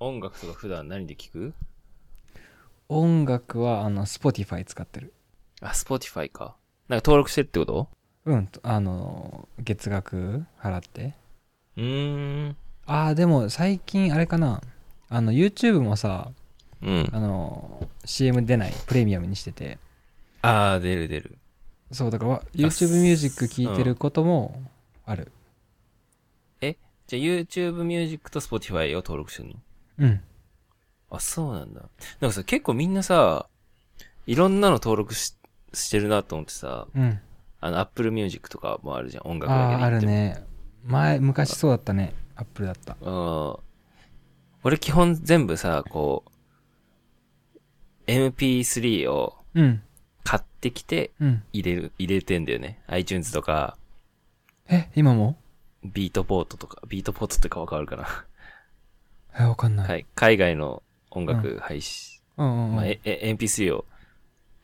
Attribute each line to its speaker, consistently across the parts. Speaker 1: 音楽とか普段何で聞く
Speaker 2: 音楽は、あの、Spotify 使ってる。
Speaker 1: あ、Spotify か。なんか登録してってこと
Speaker 2: うん、あの、月額払って。
Speaker 1: うーん。
Speaker 2: ああ、でも最近あれかな。あの、YouTube もさ、
Speaker 1: うん。
Speaker 2: あの、CM 出ないプレミアムにしてて。
Speaker 1: あー、出る出る。
Speaker 2: そう、だからわ YouTube ミュージック聴いてることもある。
Speaker 1: じゃあ YouTube ミュージックと Spotify を登録してるの
Speaker 2: うん。
Speaker 1: あ、そうなんだ。なんかさ、結構みんなさ、いろんなの登録ししてるなと思ってさ、
Speaker 2: うん。
Speaker 1: あの、Apple Music とかもあるじゃん、音楽だけ
Speaker 2: あ
Speaker 1: で
Speaker 2: あ、あ
Speaker 1: 言っ
Speaker 2: る
Speaker 1: ても。
Speaker 2: ね。前、昔そうだったね。アップルだった。
Speaker 1: うん。俺基本全部さ、こう、MP3 を
Speaker 2: うん。
Speaker 1: 買ってきて
Speaker 2: うん。
Speaker 1: 入れる、入れてんだよね。iTunes とか、
Speaker 2: え、今も
Speaker 1: ビートポートとか、ビートポートってかわかるかな。
Speaker 2: え、わかんない。
Speaker 1: はい。海外の音楽配信、
Speaker 2: うんうんうん。
Speaker 1: まあ、
Speaker 2: へ
Speaker 1: ええ MP3 を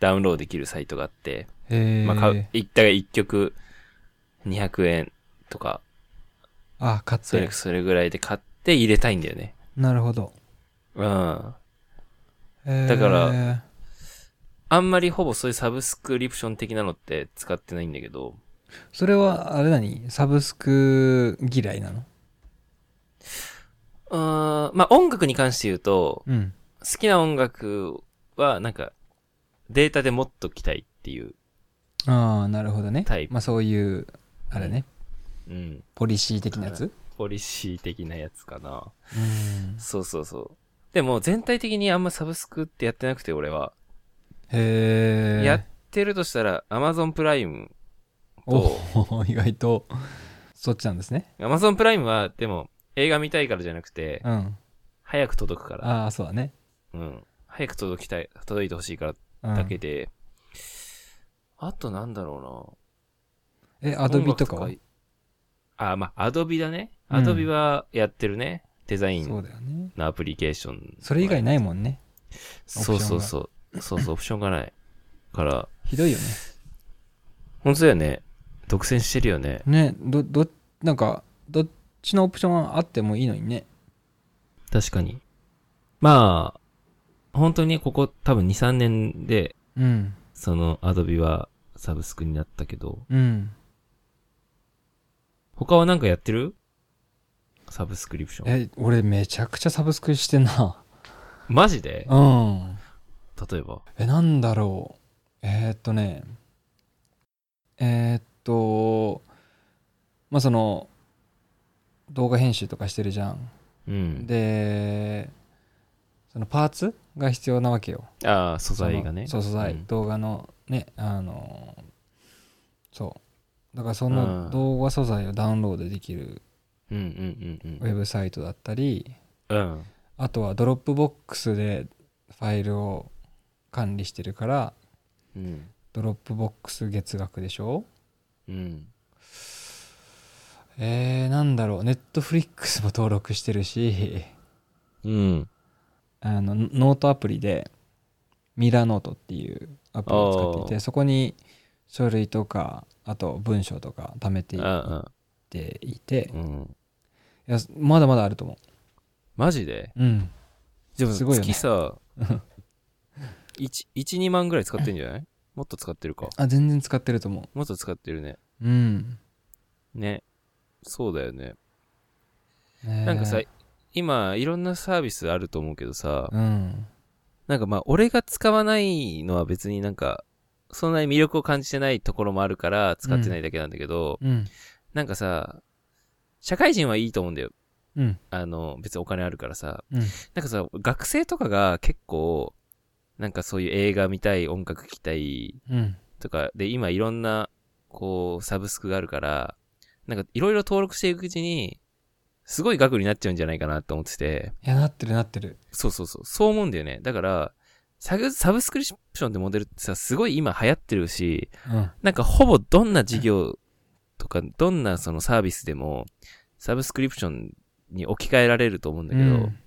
Speaker 1: ダウンロードできるサイトがあって、
Speaker 2: え。
Speaker 1: まあ、買う、一体一曲200円とか、
Speaker 2: あ、買っ
Speaker 1: そ
Speaker 2: て
Speaker 1: れ、
Speaker 2: る。
Speaker 1: それぐらいで買って入れたいんだよね。
Speaker 2: なるほど。
Speaker 1: うん。
Speaker 2: えー
Speaker 1: だから、あんまりほぼそういうサブスクリプション的なのって使ってないんだけど、
Speaker 2: それは、あれ何サブスク嫌いなの
Speaker 1: うーん、まあ、音楽に関して言うと、
Speaker 2: うん。
Speaker 1: 好きな音楽はなんか、データで持っときたいっていう、
Speaker 2: ああ、なるほどね
Speaker 1: タイ。プ
Speaker 2: まあそういう、あれ
Speaker 1: う
Speaker 2: ね、
Speaker 1: うん、
Speaker 2: ポリシー的なやつ
Speaker 1: ポリシー的なやつかな。
Speaker 2: うん。
Speaker 1: そうそうそう。でも全体的にあんまサブスクってやってなくて俺は。
Speaker 2: へえ。
Speaker 1: やってるとしたら Amazon プライムと、
Speaker 2: お意外と、そっちなんですね。
Speaker 1: Amazon プライムはでも映画見たいからじゃなくて、
Speaker 2: うん。
Speaker 1: 早く届くから、
Speaker 2: ああ、そうだね。
Speaker 1: うん。早く届きたい、届いてほしいから
Speaker 2: うん
Speaker 1: だけで、あとなんだろ
Speaker 2: え、
Speaker 1: うな。
Speaker 2: アドビとかは
Speaker 1: 音楽あ、まあ、アドビだね。
Speaker 2: うん
Speaker 1: アドビはやってるね。デザイ
Speaker 2: そう
Speaker 1: ン
Speaker 2: だよね。
Speaker 1: のアプリケーション。
Speaker 2: それ以外ないもんね。オプシ
Speaker 1: そ
Speaker 2: ョン
Speaker 1: う
Speaker 2: が
Speaker 1: そうそう。そうそう、オプションがない。から、
Speaker 2: ひどいよね。
Speaker 1: 本当だよね。独占してるよね。
Speaker 2: ね、ど、ど、なんか、どっちのオプションはあってもいいのにね。
Speaker 1: 確かに。まあ、本当にここ多分2、3年で、
Speaker 2: うん。
Speaker 1: そのアドビはサブスクになったけど、
Speaker 2: うん。
Speaker 1: 他はなんかやってるサブスクリプション。
Speaker 2: え、俺めちゃくちゃサブスクしてんな。
Speaker 1: マジで
Speaker 2: うん。
Speaker 1: 例えば。
Speaker 2: え、なんだろう。えー、っとね。えー、っと、まあ、その、動画編集とかしてるじゃん。
Speaker 1: うん。
Speaker 2: で、そのパーツが必要なわけよ。
Speaker 1: ああ、素材がね。
Speaker 2: そのそう素材、
Speaker 1: うん
Speaker 2: 動画のねあのそうだからそ
Speaker 1: うん
Speaker 2: の動画素材をダウンロードできる
Speaker 1: うんうんうん
Speaker 2: ウェブサイトだったり
Speaker 1: うん。うん。
Speaker 2: あとはドロップボックスでファイルを管理してるから
Speaker 1: うん。
Speaker 2: ドロップボックス月額でしょ
Speaker 1: うん。
Speaker 2: えー、なんだろうネットフリックスも登録してるし
Speaker 1: うん。
Speaker 2: あのノートアプリでミラーノートっていうアプリを使ってい
Speaker 1: あ
Speaker 2: てそこに書類とかあと文章とか貯めていっ
Speaker 1: ああ
Speaker 2: ていて
Speaker 1: うん。
Speaker 2: いやまだまだあると思
Speaker 1: マジで
Speaker 2: ううん
Speaker 1: でも
Speaker 2: すごいよね
Speaker 1: 月 さ、1、1、2万ぐらい使ってんじゃないもっと使ってるか。
Speaker 2: あ全然使ってると思
Speaker 1: もっと使ってるね。
Speaker 2: ううん、
Speaker 1: ね。そうだよね。
Speaker 2: ね
Speaker 1: なんかさ、今、いろんなサービスあると思うけどさ、
Speaker 2: うん
Speaker 1: なんかまあ、俺が使わないのは別になんか、そんなに魅力を感じてないところもあるから使ってないだけなんだけど、
Speaker 2: うん
Speaker 1: なんかさ、社会人はいいと思うんだよ。
Speaker 2: うん
Speaker 1: あの、別にお金あるからさ。
Speaker 2: うん
Speaker 1: なんかさ、学生とかが結構、なんかそういう映画見たい、音楽聴きたい
Speaker 2: うん
Speaker 1: とか、で、今いろんな、こう、サブスクがあるから、なんかいろいろ登録していくうちに、すごい額になっちゃうんじゃないかなと思ってて、
Speaker 2: いやなってるなってる
Speaker 1: そうそうそう、そう思うんだよね。だから、サブサブスクリプションってモデルってさ、すごい今流行ってるし、
Speaker 2: うん
Speaker 1: なんかほぼどんな事業とか、どんなそのサービスでも、サブスクリプションに置き換えられると思うんだけど、
Speaker 2: うん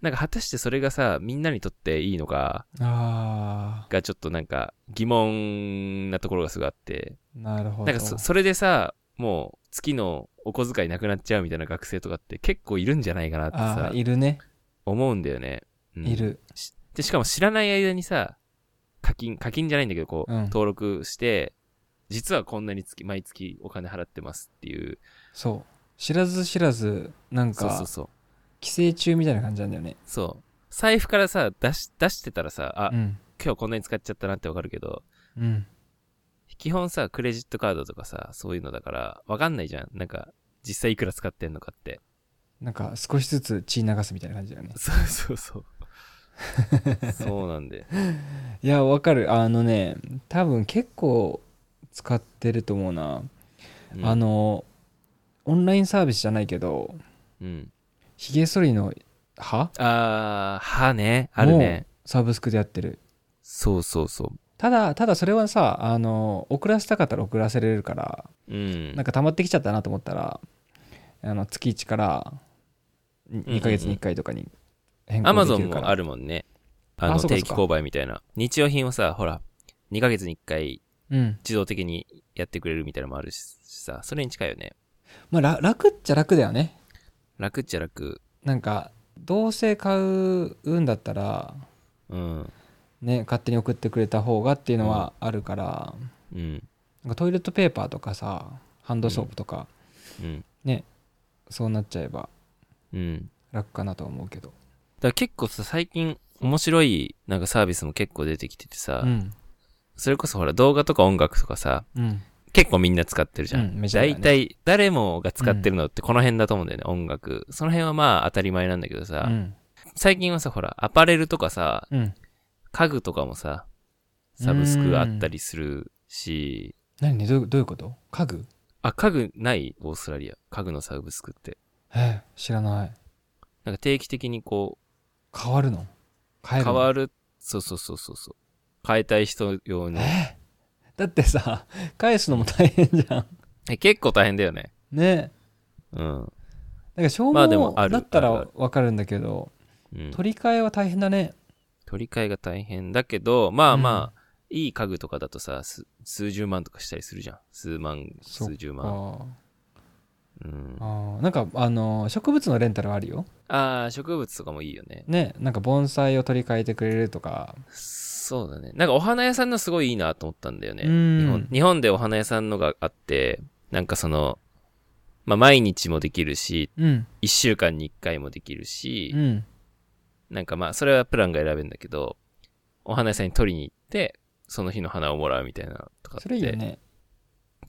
Speaker 1: なんか果たしてそれがさ、みんなにとっていいのか、
Speaker 2: あ
Speaker 1: がちょっとなんか疑問なところがすごいあって、
Speaker 2: ーなるほど
Speaker 1: なんかそそれでさ、もう月のお小遣いなくなっちゃうみたいな学生とかって結構いるんじゃないかなって
Speaker 2: あ
Speaker 1: さ
Speaker 2: ー、いるね
Speaker 1: 思うんだよね。うん
Speaker 2: い。る。
Speaker 1: で、しかも知らない間にさ、課金、課金じゃないんだけど、こう、
Speaker 2: うん
Speaker 1: 登録して、実はこんなに月、毎月お金払ってますっていう。
Speaker 2: そう。知らず知らず、なん
Speaker 1: そうそ
Speaker 2: か
Speaker 1: う、そう。
Speaker 2: 寄生虫みたいな感じなんだよね。
Speaker 1: そう。財布からさ、出し、出してたらさ、あ、
Speaker 2: うん。
Speaker 1: 今日こんなに使っちゃったなってわかるけど、
Speaker 2: うん。
Speaker 1: 基本さ、クレジットカードとかさ、そういうのだから、わかんないじゃん。なんか、実際いくら使ってんのかって。
Speaker 2: なんか、少しずつ血流すみたいな感じだよね。
Speaker 1: そうそうそう。 そうなんで。
Speaker 2: いや、わかる。あのね、多分結構使ってると思うな。
Speaker 1: うん
Speaker 2: あ、の、オンラインサービスじゃないけど、
Speaker 1: うん。
Speaker 2: ヒゲ剃りの歯
Speaker 1: あー、歯ね。あるね。
Speaker 2: サブスクでやってる。
Speaker 1: そうそうそ
Speaker 2: ただ、ただそれはさ、あの、遅らせたかったら遅らせれるから、
Speaker 1: う。うん。
Speaker 2: なんか溜まってきちゃったなと思ったら、あの月1から2ヶ月に1回とかに変
Speaker 1: ア
Speaker 2: 更
Speaker 1: マ
Speaker 2: で
Speaker 1: ゾ
Speaker 2: き
Speaker 1: ン
Speaker 2: るか
Speaker 1: も
Speaker 2: ら。
Speaker 1: あるもんね。あの、
Speaker 2: あそうかそう
Speaker 1: 定
Speaker 2: か
Speaker 1: 期購買みたいな。日用品をさ、ほら、2ヶ月に1回
Speaker 2: うん。
Speaker 1: 自動的にやってくれるみたいなのもあるしさ、それに近いよね。
Speaker 2: まあら楽っちゃ楽だよね。
Speaker 1: 楽っちゃ楽。
Speaker 2: なんか、どうせ買うんだったら、
Speaker 1: うん。
Speaker 2: ね、勝手に送ってくれた方がっていうのはあるから、
Speaker 1: うん。
Speaker 2: なんかトイレットペーパーとかさ、ハンドソープとか、
Speaker 1: うん。
Speaker 2: そうなっちゃえば
Speaker 1: うん。だ
Speaker 2: 楽かなとは思うけど。
Speaker 1: から結構さ、最近面白いなんかサービスも結構出てきててさ、
Speaker 2: うん。
Speaker 1: それこそほら動画とか音楽とかさ、
Speaker 2: うん。
Speaker 1: 結構みんな使ってるじゃん。
Speaker 2: うんメジャーだよ
Speaker 1: 大
Speaker 2: ね
Speaker 1: 体、誰もが使ってるのってこの辺だと思うんだよね、音楽。その辺はまあ当たり前なんだけど
Speaker 2: う
Speaker 1: さ、
Speaker 2: ん。
Speaker 1: 最近はさ、ほら、アパレルとかさ、
Speaker 2: うん。
Speaker 1: 家具とかもさ、サブスクがあったりするし、
Speaker 2: 何どういうどういうこと家具
Speaker 1: あ、家具ないオーストラリア。家具のサブスクって。
Speaker 2: えー知らない。
Speaker 1: なんか定期的にこ
Speaker 2: 変わるの
Speaker 1: う、
Speaker 2: 変え
Speaker 1: 変
Speaker 2: るの
Speaker 1: わる、そうそうそうそうそう。変えたい人用の。
Speaker 2: えだってさ 返すのも大変じゃん
Speaker 1: え結構大変だよね。
Speaker 2: ね
Speaker 1: うん。
Speaker 2: なんか消
Speaker 1: まあでもあ
Speaker 2: 耗
Speaker 1: る
Speaker 2: だった
Speaker 1: あるあ
Speaker 2: ら
Speaker 1: る
Speaker 2: わかるんだけど、
Speaker 1: うん、
Speaker 2: 取り替えは大変だね
Speaker 1: 取り替えが大変だけど、まあ
Speaker 2: うん
Speaker 1: まあ、いい家具とかだとさ、す数十万とかしたりするじゃん。数万、
Speaker 2: そっか
Speaker 1: 数十万。
Speaker 2: あ
Speaker 1: うん
Speaker 2: ー、あーなんかあのー植物のレンタルはあるよ
Speaker 1: ああ、植物とかもいいよね。
Speaker 2: ねなんか盆栽を取り替えてくれるとか
Speaker 1: そうだね。なんかお花屋さんのすごいいいなと思ったんだよね。
Speaker 2: うん
Speaker 1: 日本日本でお花屋さんのがあって、なんかその、まあ、毎日もできるし、
Speaker 2: うん
Speaker 1: 1週間に1回もできるし
Speaker 2: う、ん
Speaker 1: なんかまあ、それはプランが選べるんだけど、お花屋さんに取りに行って、その日の花をもらうみたいなのとかって。
Speaker 2: それいいよね、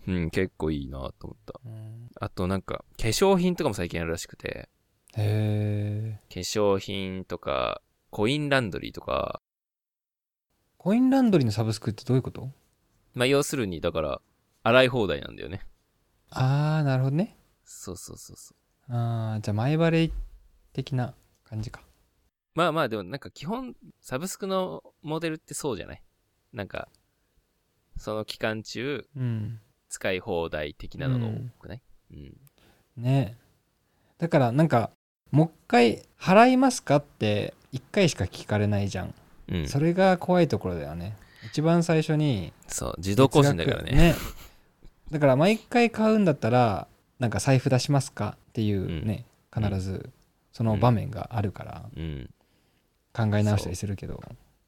Speaker 1: うん、結構いいなと思った。
Speaker 2: うん
Speaker 1: あとなんか、化粧品とかも最近あるらしくて、
Speaker 2: へえ
Speaker 1: 化粧品とか、コインランドリーとか、
Speaker 2: コインランドリーのサブスクってどういうこと
Speaker 1: まあ、要するに、だから、洗い放題なんだよね。
Speaker 2: ああなるほどね
Speaker 1: そうそうそうそう。
Speaker 2: あーじゃあ前払い的な感じか
Speaker 1: まあまあでもなんか基本サブスクのモデルってそうじゃないなんかその期間中
Speaker 2: うん
Speaker 1: 使い放題的なのが多くない、うん、
Speaker 2: ねだからなんかもう一回払いますかって一回しか聞かれないじゃん、
Speaker 1: うん。
Speaker 2: それが怖いところだよね一番最初に
Speaker 1: そう、自動更新だからね。
Speaker 2: 月額だから毎回買うんだったらなんか財布出しますかっていうね、
Speaker 1: うん
Speaker 2: 必ずその場面があるから
Speaker 1: うん。
Speaker 2: 考え直したりするけど、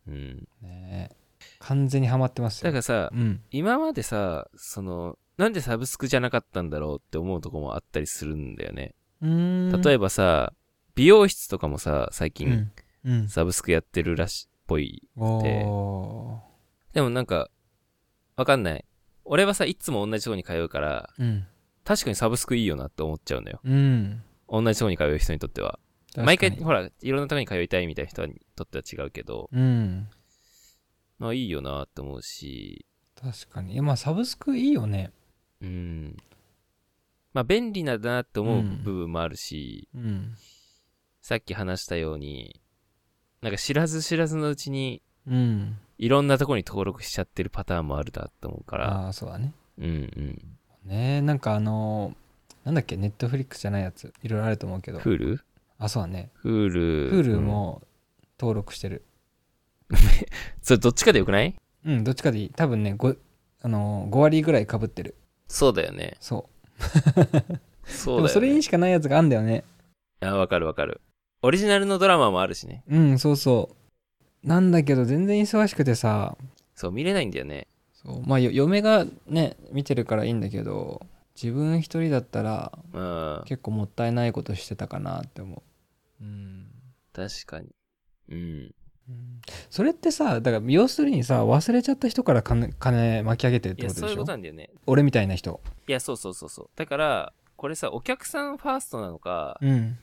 Speaker 1: うん。
Speaker 2: ね完全にはまってます
Speaker 1: だ
Speaker 2: よ
Speaker 1: からさ、
Speaker 2: うん
Speaker 1: 今までさ、その、なんでサブスクじゃなかったんだろうって思うとこもあったりするんだよね。
Speaker 2: うーん
Speaker 1: 例えばさ、美容室とかもさ、最
Speaker 2: う
Speaker 1: 近
Speaker 2: ん、うん、
Speaker 1: サブスクやってるらしっぽい
Speaker 2: お
Speaker 1: でもなんか、わかんない。俺はさ、いつも同じとこに通うから、
Speaker 2: ーうん
Speaker 1: 確かにサブスクいいよなって思っちゃうのよ。
Speaker 2: うん
Speaker 1: 同じとこに通う人にとっては。
Speaker 2: 確かに
Speaker 1: 毎回、ほら、いろんなとこに通いたいみたいな人にとっては違うけど、
Speaker 2: うん
Speaker 1: まあいいよなって思うし、
Speaker 2: 確かにいやまあサブスクいいよね
Speaker 1: うん。まあ便利なんだなって思ううん部分もあるし、
Speaker 2: うん
Speaker 1: さっき話したように、なんか知らず知らずのうちに、
Speaker 2: うん
Speaker 1: いろんなとこに登録しちゃってるパターンもあるなって思うから、
Speaker 2: ああそうだね
Speaker 1: うんうん。
Speaker 2: ねえなんかあのーなんだっけネットフリックスじゃないやついろいろあると思うけど
Speaker 1: Hulu?
Speaker 2: あそうだね
Speaker 1: Hulu。
Speaker 2: Hulu も登録してる
Speaker 1: うん。それどっちかでよくない
Speaker 2: うん、どっちかでいい多分ね 5,、あのー、5割ぐらいかぶってる
Speaker 1: そうだよね。
Speaker 2: そう
Speaker 1: そう
Speaker 2: でも
Speaker 1: だよ、ね。
Speaker 2: それにしかないやつがあんだよね
Speaker 1: あ、わかるわかる。オリジナルのドラマもあるしね。
Speaker 2: うん、そうそう。なんだけど、全然忙しくてさ、
Speaker 1: そう、見れないんだよね。
Speaker 2: そうまあ、よ嫁がね、見てるからいいんだけど、自分一人だったら、
Speaker 1: うん。
Speaker 2: 結構もったいないことしてたかなって思う。うん。
Speaker 1: 確かに。うん。
Speaker 2: それってさ、だから、要するにさ、忘れちゃった人から金金巻き上げてるっ
Speaker 1: い
Speaker 2: て
Speaker 1: や、
Speaker 2: こと
Speaker 1: そう
Speaker 2: で
Speaker 1: いう
Speaker 2: しょ
Speaker 1: ことなんだよね。
Speaker 2: 俺みたいな人。
Speaker 1: いや、そうそうそうそう。だから、これさ、お客さんファーストなのか、
Speaker 2: うん。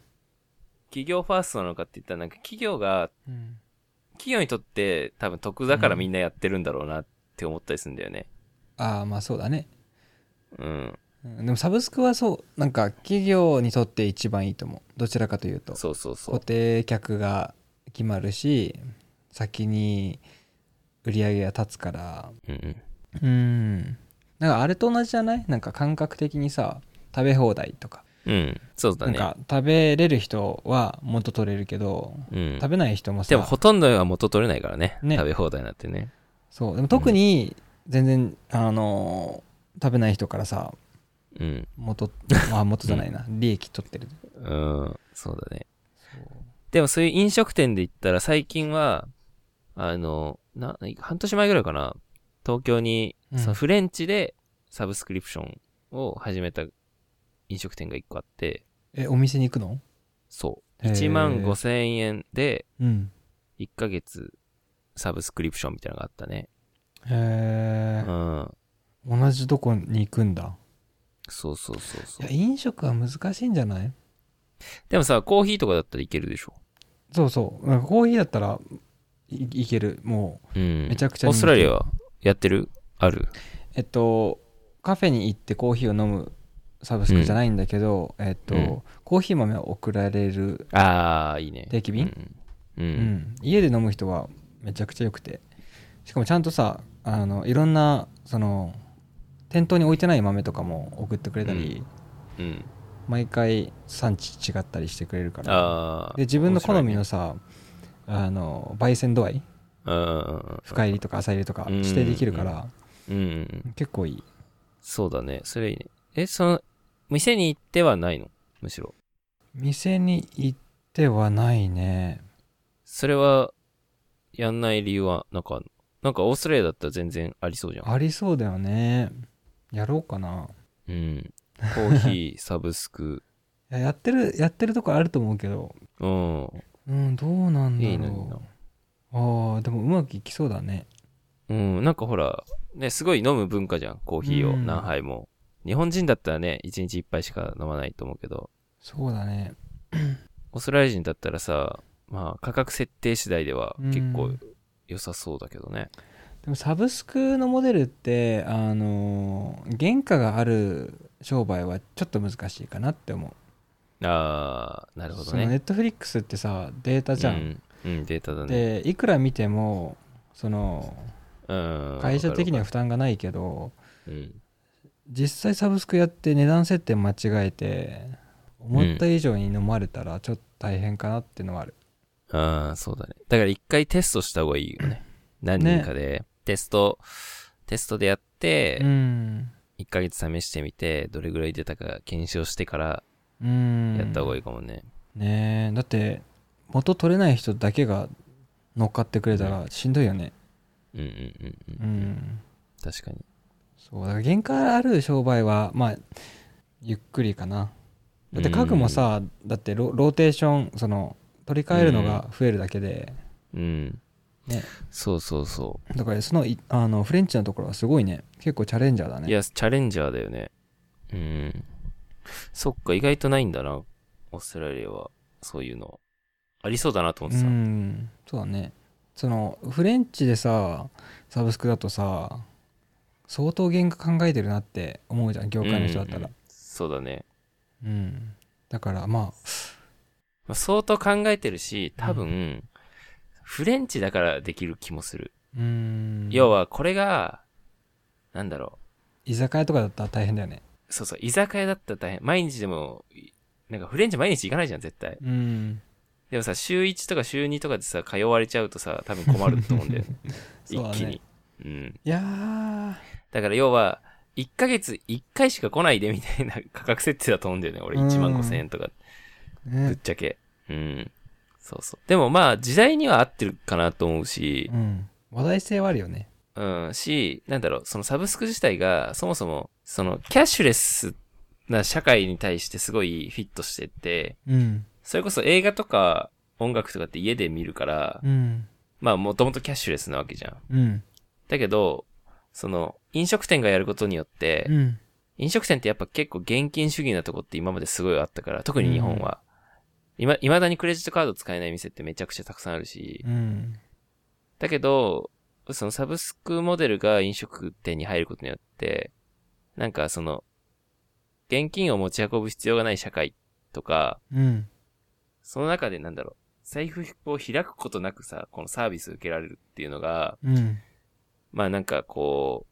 Speaker 1: 企業ファーストなのかって言ったら、なんか企業が、
Speaker 2: うん
Speaker 1: 企業にとって多分得だからみんなやってるんだろうなって思ったりするんだよね。
Speaker 2: ああ、まあそうだね。
Speaker 1: うん。
Speaker 2: うんでもサブスクはそう、なんか企業にとって一番いいと思う。どちらかというと。
Speaker 1: そうそうそ
Speaker 2: 固
Speaker 1: う。
Speaker 2: 定客が決まるし、先に売り上げが立つから。
Speaker 1: うんうん。
Speaker 2: うん。なんかあれと同じじゃないなんか感覚的にさ、食べ放題とか。
Speaker 1: うん。そうだ
Speaker 2: なん
Speaker 1: ね。
Speaker 2: か食べれる人は元取れるけど、
Speaker 1: うん。
Speaker 2: 食べない人もさ
Speaker 1: でもほとんどは元取れないからね。
Speaker 2: ね
Speaker 1: 食べ放題になってね。
Speaker 2: そうでも特に全然、あのー食べない人からさ
Speaker 1: うん。
Speaker 2: 元まあ元じゃないな、利益取ってる
Speaker 1: うん。そうだね。でもそういう飲食店で言ったら最近は、あの、な、半年前ぐらいかな。東京に、
Speaker 2: うん
Speaker 1: そのフレンチでサブスクリプションを始めた飲食店が一個あって、
Speaker 2: えお店に行くの
Speaker 1: そう。
Speaker 2: へー
Speaker 1: 1万5千円で
Speaker 2: うん
Speaker 1: 1ヶ月サブスクリプションみたいなのがあったね。う
Speaker 2: へえ、
Speaker 1: ん。
Speaker 2: 同じとこに行くんだ
Speaker 1: そうそうそうそ
Speaker 2: いうや。飲食は難しいんじゃない
Speaker 1: でもさ、コーヒーとかだったらいけるでしょ。
Speaker 2: そうそうなんかコーヒーだったらいいけるもう
Speaker 1: うん。
Speaker 2: めちゃくちゃ
Speaker 1: オー
Speaker 2: 人気
Speaker 1: ストラリアはやってるある
Speaker 2: えっとカフェに行ってコーヒーを飲むサブスクじゃないんだけど、えっと、
Speaker 1: うん
Speaker 2: コーヒー豆を送られる、
Speaker 1: ああ、いいね。
Speaker 2: 定期便
Speaker 1: うん。う。
Speaker 2: うんん、家で飲む人はめちゃくちゃ良くてしかもちゃんとさあのいろんなその店頭に置いてない豆とかも送ってくれたり、
Speaker 1: うん。
Speaker 2: 毎回産地違ったりしてくれるから
Speaker 1: ああ。
Speaker 2: で自分の好みの
Speaker 1: 面
Speaker 2: さ、あの焙煎度合い
Speaker 1: 白
Speaker 2: 深入りとか浅入りとか
Speaker 1: うん
Speaker 2: 指定できるから、
Speaker 1: いね。うんうんうん。
Speaker 2: 結構いい
Speaker 1: そうだね。それいいね。え、その、店に行ってはないのむしろ。
Speaker 2: 店に行ってはないね
Speaker 1: それは、やんない理由は、なんかあんの、なんかオーストラリアだったら全然ありそうじゃん。
Speaker 2: ありそうだよねやろうかな
Speaker 1: うん。コーヒー、 サブスク。
Speaker 2: いややってるやってるとこあると思うけど
Speaker 1: うん。
Speaker 2: うんどうなんだろう
Speaker 1: いいのにな
Speaker 2: ああでもうまくいきそうだね
Speaker 1: うん。なんかほら、ね、すごい飲む文化じゃん。コーヒーを
Speaker 2: うん
Speaker 1: 何杯も。日本人だったらね、1日1杯しか飲まないと思うけど、
Speaker 2: そうだね
Speaker 1: オーストラリア人だったらさ、まあ価格設定次第では結
Speaker 2: う
Speaker 1: 構
Speaker 2: ん
Speaker 1: 良さそうだけどね。
Speaker 2: でもサブスクのモデルってあのー原価がある商売はちょっと難しいかなって思う
Speaker 1: あー、なるほど
Speaker 2: そのネ
Speaker 1: ね。
Speaker 2: ットフリックスってさデータじゃん、
Speaker 1: うん、うん、データだね。
Speaker 2: でいくら見てもその
Speaker 1: うん。
Speaker 2: 会社的には
Speaker 1: わか
Speaker 2: 負担がないけど
Speaker 1: るわかる
Speaker 2: 実際サブスクやって値段設定間違えて思った以上に飲まれたらちょっと大変かなってのはある、
Speaker 1: うん。あー、そうだね。だから一回テストした方がいいよね。何人かで、テスト、テストでやって、
Speaker 2: うん
Speaker 1: 1ヶ月試してみて、どれぐらい出たか検証してから
Speaker 2: うん
Speaker 1: やった方がいいかもね。
Speaker 2: ねえだって元取れない人だけが乗っかってくれたらしんどいよね
Speaker 1: うんうんうん
Speaker 2: う
Speaker 1: うん。
Speaker 2: ん
Speaker 1: 確かに。
Speaker 2: そうだから原価ある商売はまあゆっくりかなだって家具もさだってロローテーションその取り替えるのが増えるだけで、
Speaker 1: うん。
Speaker 2: ね、
Speaker 1: そうそうそ
Speaker 2: だからそのいあのフレンチのところはすごいね結構チャレンジャーだ
Speaker 1: う。
Speaker 2: ね
Speaker 1: いや、チャレンジャーだよね。うん。そっか、意外とないんだな。オーストラリアは、そういうの。ありそうだなと思
Speaker 2: う
Speaker 1: ってた。
Speaker 2: んそうだねそのフレンチでさサブスクだとさ相当原価考えてるなって思うじゃん業界の人だった
Speaker 1: うんうん
Speaker 2: ら
Speaker 1: うんそうだね。
Speaker 2: うんだからまあ
Speaker 1: まあ、相当考えてるし、多分、フレンチだからできる気もする。
Speaker 2: うーん
Speaker 1: 要は、これが、なんだろ
Speaker 2: 居酒屋とかだったら大変だよね
Speaker 1: う。そうそう、居酒屋だったら大変。毎日でも、いなんかフレンチ毎日行かないじゃん、絶対。
Speaker 2: うん
Speaker 1: でもさ、週1とか週2とかでさ、通われちゃうとさ、多分困ると思うんだよ ね。
Speaker 2: そうだ
Speaker 1: 一気
Speaker 2: ね
Speaker 1: に。うん。
Speaker 2: いやー
Speaker 1: だから要は、1ヶ月1回しか来ないでみたいな価格設定だと思うんだよね。俺
Speaker 2: うん
Speaker 1: 1万5千円とか、ぶっ
Speaker 2: ね
Speaker 1: ちゃけ。うん。そうそう。でもまあ、時代には合ってるかなと思うし
Speaker 2: う、ん、話題性はあるよね
Speaker 1: うん、し、なんだろう、そのサブスク自体が、そもそも、その、キャッシュレスな社会に対してすごいフィットしてて、
Speaker 2: うん
Speaker 1: それこそ映画とか音楽とかって家で見るから、
Speaker 2: うん
Speaker 1: まあ、もともとキャッシュレスなわけじゃん。
Speaker 2: うん
Speaker 1: だけど、その、飲食店がやることによって、
Speaker 2: うん
Speaker 1: 飲食店ってやっぱ結構現金主義なとこって今まですごいあったから、特に日本は。今、未だにクレジットカード使えない店ってめちゃくちゃたくさんあるし、
Speaker 2: うん
Speaker 1: だけど、そのサブスクモデルが飲食店に入ることによって、なんかその、現金を持ち運ぶ必要がない社会とか、
Speaker 2: うん
Speaker 1: その中でなんだろう、財布を開くことなくさ、このサービスを受けられるっていうのが、
Speaker 2: うん
Speaker 1: まあなんかこ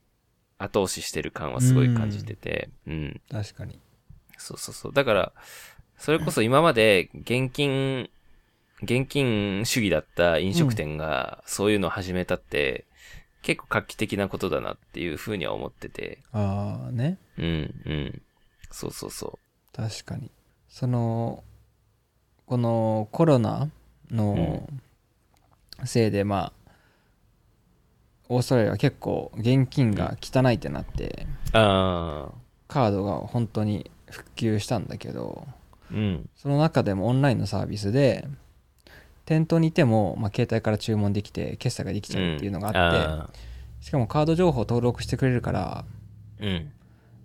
Speaker 1: う、後押ししてる感はすごい感じてて、うん
Speaker 2: 確かに
Speaker 1: そうそうそう。だから、それこそ今まで現金、現金主義だった飲食店がそういうのを始めたって、結構画期的なことだなっていうふうには思ってて。
Speaker 2: ああね
Speaker 1: うん、うん。そうそうそ
Speaker 2: 確かにそのこのコロナのせいで、まあオーストラリアは結構現金が汚いってなって
Speaker 1: う。ああ。
Speaker 2: カードが本当に復旧したんだけど
Speaker 1: うん。
Speaker 2: その中でもオンラインのサービスで店頭にいても、まあ、携帯から注文できて決済ができちゃうっていうのがあって、
Speaker 1: って。
Speaker 2: しかもカード情報を登録してくれるから
Speaker 1: うん。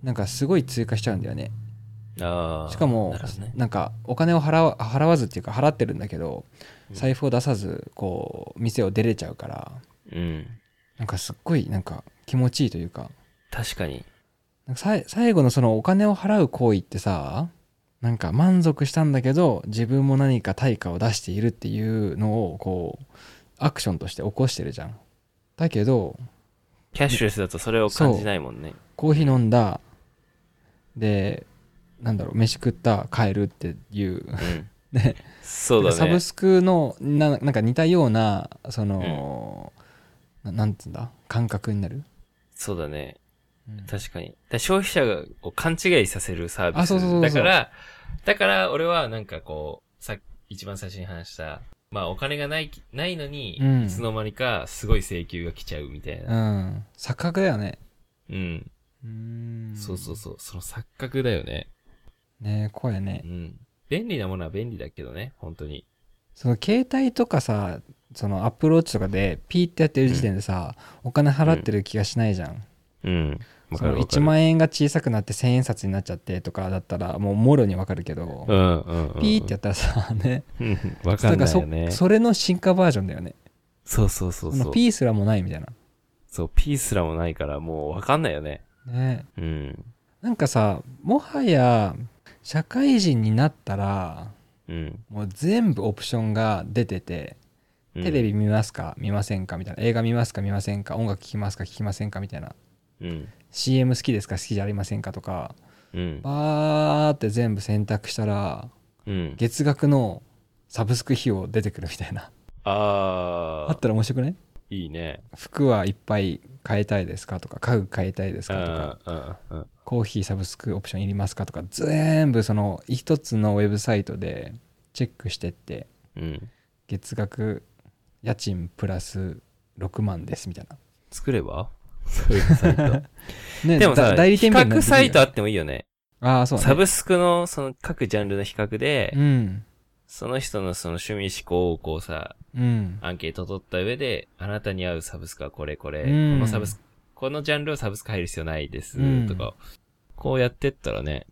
Speaker 2: なんかすごい追加しちゃうんだよね
Speaker 1: ああ。
Speaker 2: しかも
Speaker 1: なるほどね。
Speaker 2: なんかお金を払わ払わずっていうか払ってるんだけど
Speaker 1: うん
Speaker 2: 財布を出さずこう店を出れちゃうから
Speaker 1: うん。
Speaker 2: なんかすっごいなんか気持ちいいというか
Speaker 1: 確かに。
Speaker 2: なんかさい最後のそのお金を払う行為ってさなんか満足したんだけど自分も何か対価を出しているっていうのをこうアクションとして起こしてるじゃんだけど
Speaker 1: キャッシュレスだとそれを感じないもんね。
Speaker 2: コーヒー飲んだでなんだろう飯食った帰るっていう
Speaker 1: うん。
Speaker 2: ね
Speaker 1: そうだ
Speaker 2: サ
Speaker 1: ね
Speaker 2: ブ。スクのななんか似たようなその、ななんつうんだ感覚になる、
Speaker 1: そうだね。
Speaker 2: うん
Speaker 1: 確かに。だから消費者を勘違いさせるサービス。
Speaker 2: あそうそうそうそう
Speaker 1: だから、だから俺はなんかこう、さ一番最初に話した、まあお金がない、ないのに、
Speaker 2: うん
Speaker 1: いつの間にかすごい請求が来ちゃうみたいうな。
Speaker 2: ん錯覚だよね
Speaker 1: うん。
Speaker 2: うん
Speaker 1: そうそうそう。その錯覚だよね。
Speaker 2: ねえ怖いね
Speaker 1: うん。便利なものは便利だけどね、本当に。
Speaker 2: その携帯とかさそのアップローチとかでピーってやってる時点でさ、お金払ってる気がしないじゃん、
Speaker 1: うん。わ
Speaker 2: そ
Speaker 1: かる
Speaker 2: の
Speaker 1: わかる。
Speaker 2: 1万円が小さくなって1000円札になっちゃってとかだったらもうもろにわかるけど、
Speaker 1: うんうんうん。
Speaker 2: ピーってやったらさ ね
Speaker 1: うん。 わかんないよ
Speaker 2: なん
Speaker 1: ね
Speaker 2: かそ。それの進化バージョンだよね
Speaker 1: そうそうそう
Speaker 2: そ
Speaker 1: そ
Speaker 2: の
Speaker 1: う。
Speaker 2: ピーすらもないみたいな
Speaker 1: そう、ピーすらもないからもうわかんないよね。
Speaker 2: ね
Speaker 1: うん。
Speaker 2: なんかさもはや社会人になったら
Speaker 1: うん。
Speaker 2: もう全部オプションが出てて
Speaker 1: うん
Speaker 2: テレ。ビ見ますか見ませんかみたいな映画見ますか見ませんか音楽聴きますか聴きませんかみたいな
Speaker 1: うん。
Speaker 2: CM 好きですか好きじゃありませんかとか
Speaker 1: うん。
Speaker 2: バーって全部選択したら
Speaker 1: うん。
Speaker 2: 月額のサブスク費用出てくるみたいな
Speaker 1: あ
Speaker 2: あったら面白くない
Speaker 1: ー、いいね。
Speaker 2: 服はいっぱい買いたいですかとか家具買いたいですかとか
Speaker 1: あーうん
Speaker 2: コーヒーサブスクオプションいりますかとか全部その一つのウェブサイトでチェックしてって
Speaker 1: うんうん。
Speaker 2: 月額家賃プラス6万ですみたいな。
Speaker 1: 作ればそういうサイト。
Speaker 2: ね
Speaker 1: でもさ、
Speaker 2: だ
Speaker 1: 比
Speaker 2: みたいに
Speaker 1: 較
Speaker 2: なってくる
Speaker 1: サイトあってもいいよね。
Speaker 2: ああ、そうだね。
Speaker 1: サブスクの、その各ジャンルの比較で、
Speaker 2: うん。
Speaker 1: その人のその趣味思考をこうさ、
Speaker 2: うん。
Speaker 1: アンケート取った上で、あなたに合うサブスクはこれこれ、
Speaker 2: うん
Speaker 1: このサブスク、このジャンルはサブスク入る必要ないです、
Speaker 2: うん
Speaker 1: とか、こうやってったらね、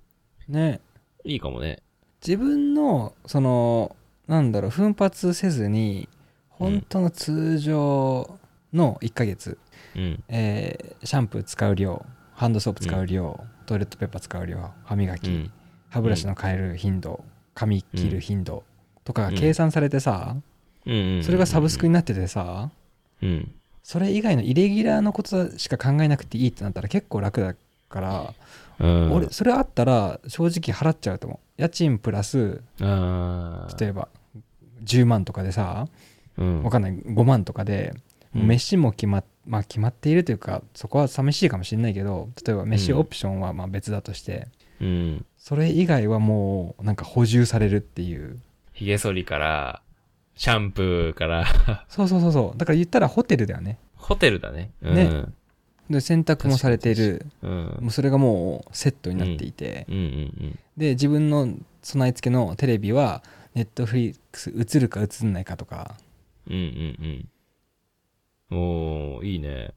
Speaker 2: ね。
Speaker 1: いいかもね。
Speaker 2: 自分の、その、なんだろう、奮発せずに、本当の通常の1ヶ月、
Speaker 1: うん。
Speaker 2: えーシャンプー使う量、ハンドソープ使う量、トイレットペーパー使う量、歯磨
Speaker 1: う
Speaker 2: き、
Speaker 1: ん。
Speaker 2: 歯ブラシの変える頻度、髪切る頻度とかが
Speaker 1: うん
Speaker 2: 計算されてさ、
Speaker 1: うんうん、
Speaker 2: それがサブスクになっててさ、
Speaker 1: うん。
Speaker 2: それ以外のイレギュラーのことしか考えなくていいってなったら結構楽だから、
Speaker 1: うん。
Speaker 2: 俺、それあったら正直払っちゃうと思う。家賃プラス、
Speaker 1: ああ。
Speaker 2: 例えば10万とかでさ、
Speaker 1: うん
Speaker 2: わ。かんない、5万とかで、
Speaker 1: うん
Speaker 2: 飯も決まっ、まあ決まっているというか、そこは寂しいかもしれないけど、例えば飯
Speaker 1: うん
Speaker 2: オプションはまあ別だとして、
Speaker 1: うん。
Speaker 2: それ以外はもうなんか補充されるっていう。
Speaker 1: 髭剃りから、シャンプーから、
Speaker 2: そうそうそうそうだから言ったらホテルだよね
Speaker 1: ホテルだね。うん。
Speaker 2: ねで洗濯もされている
Speaker 1: うん。うん
Speaker 2: もうそれがもうセットになっていて、
Speaker 1: うんうん。
Speaker 2: で自分の備え付けのテレビはネットフリックス映るか映んないかとか
Speaker 1: うんうんうん。おー、いいね。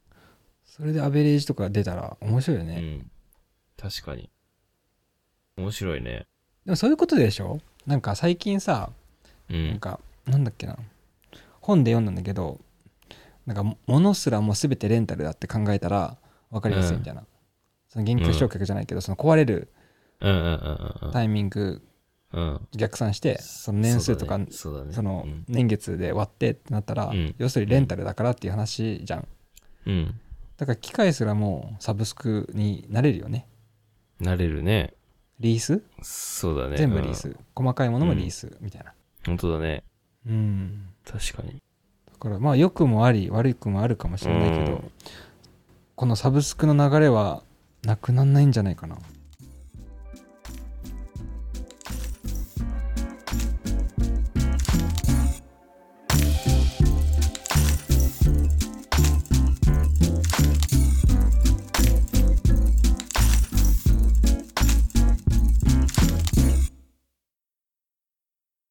Speaker 2: それでアベレージとか出たら面白いよ
Speaker 1: う
Speaker 2: ね、
Speaker 1: ん。確かに。面白いね。
Speaker 2: でもそういうことでしょなんか最近さ
Speaker 1: う
Speaker 2: なん
Speaker 1: ん。
Speaker 2: かなんだっけな本で読んだんだけどなんかも物すらも全てレンタルだって考えたら分かりやすいみたいな、その現金償却じゃないけど、その壊れる
Speaker 1: うんうんうん
Speaker 2: タイミング
Speaker 1: うん。うん。
Speaker 2: 逆算してその年数とかそ,、
Speaker 1: そうだね。
Speaker 2: の
Speaker 1: うん
Speaker 2: 年月で割ってってなったら、
Speaker 1: うん
Speaker 2: 要するにレンタルだからっていう話じゃん
Speaker 1: うん。
Speaker 2: だから機械すらもうサブスクになれるよね
Speaker 1: なれるね。
Speaker 2: リース
Speaker 1: そうだね。
Speaker 2: 全部リース、細かいものも
Speaker 1: うん
Speaker 2: リースみたいな
Speaker 1: うん。本当だね。
Speaker 2: うん
Speaker 1: 確かに。
Speaker 2: だからまあ良くもあり悪くもあるかもしれないけど、
Speaker 1: うん
Speaker 2: このサブスクの流れはなくなんないんじゃないかな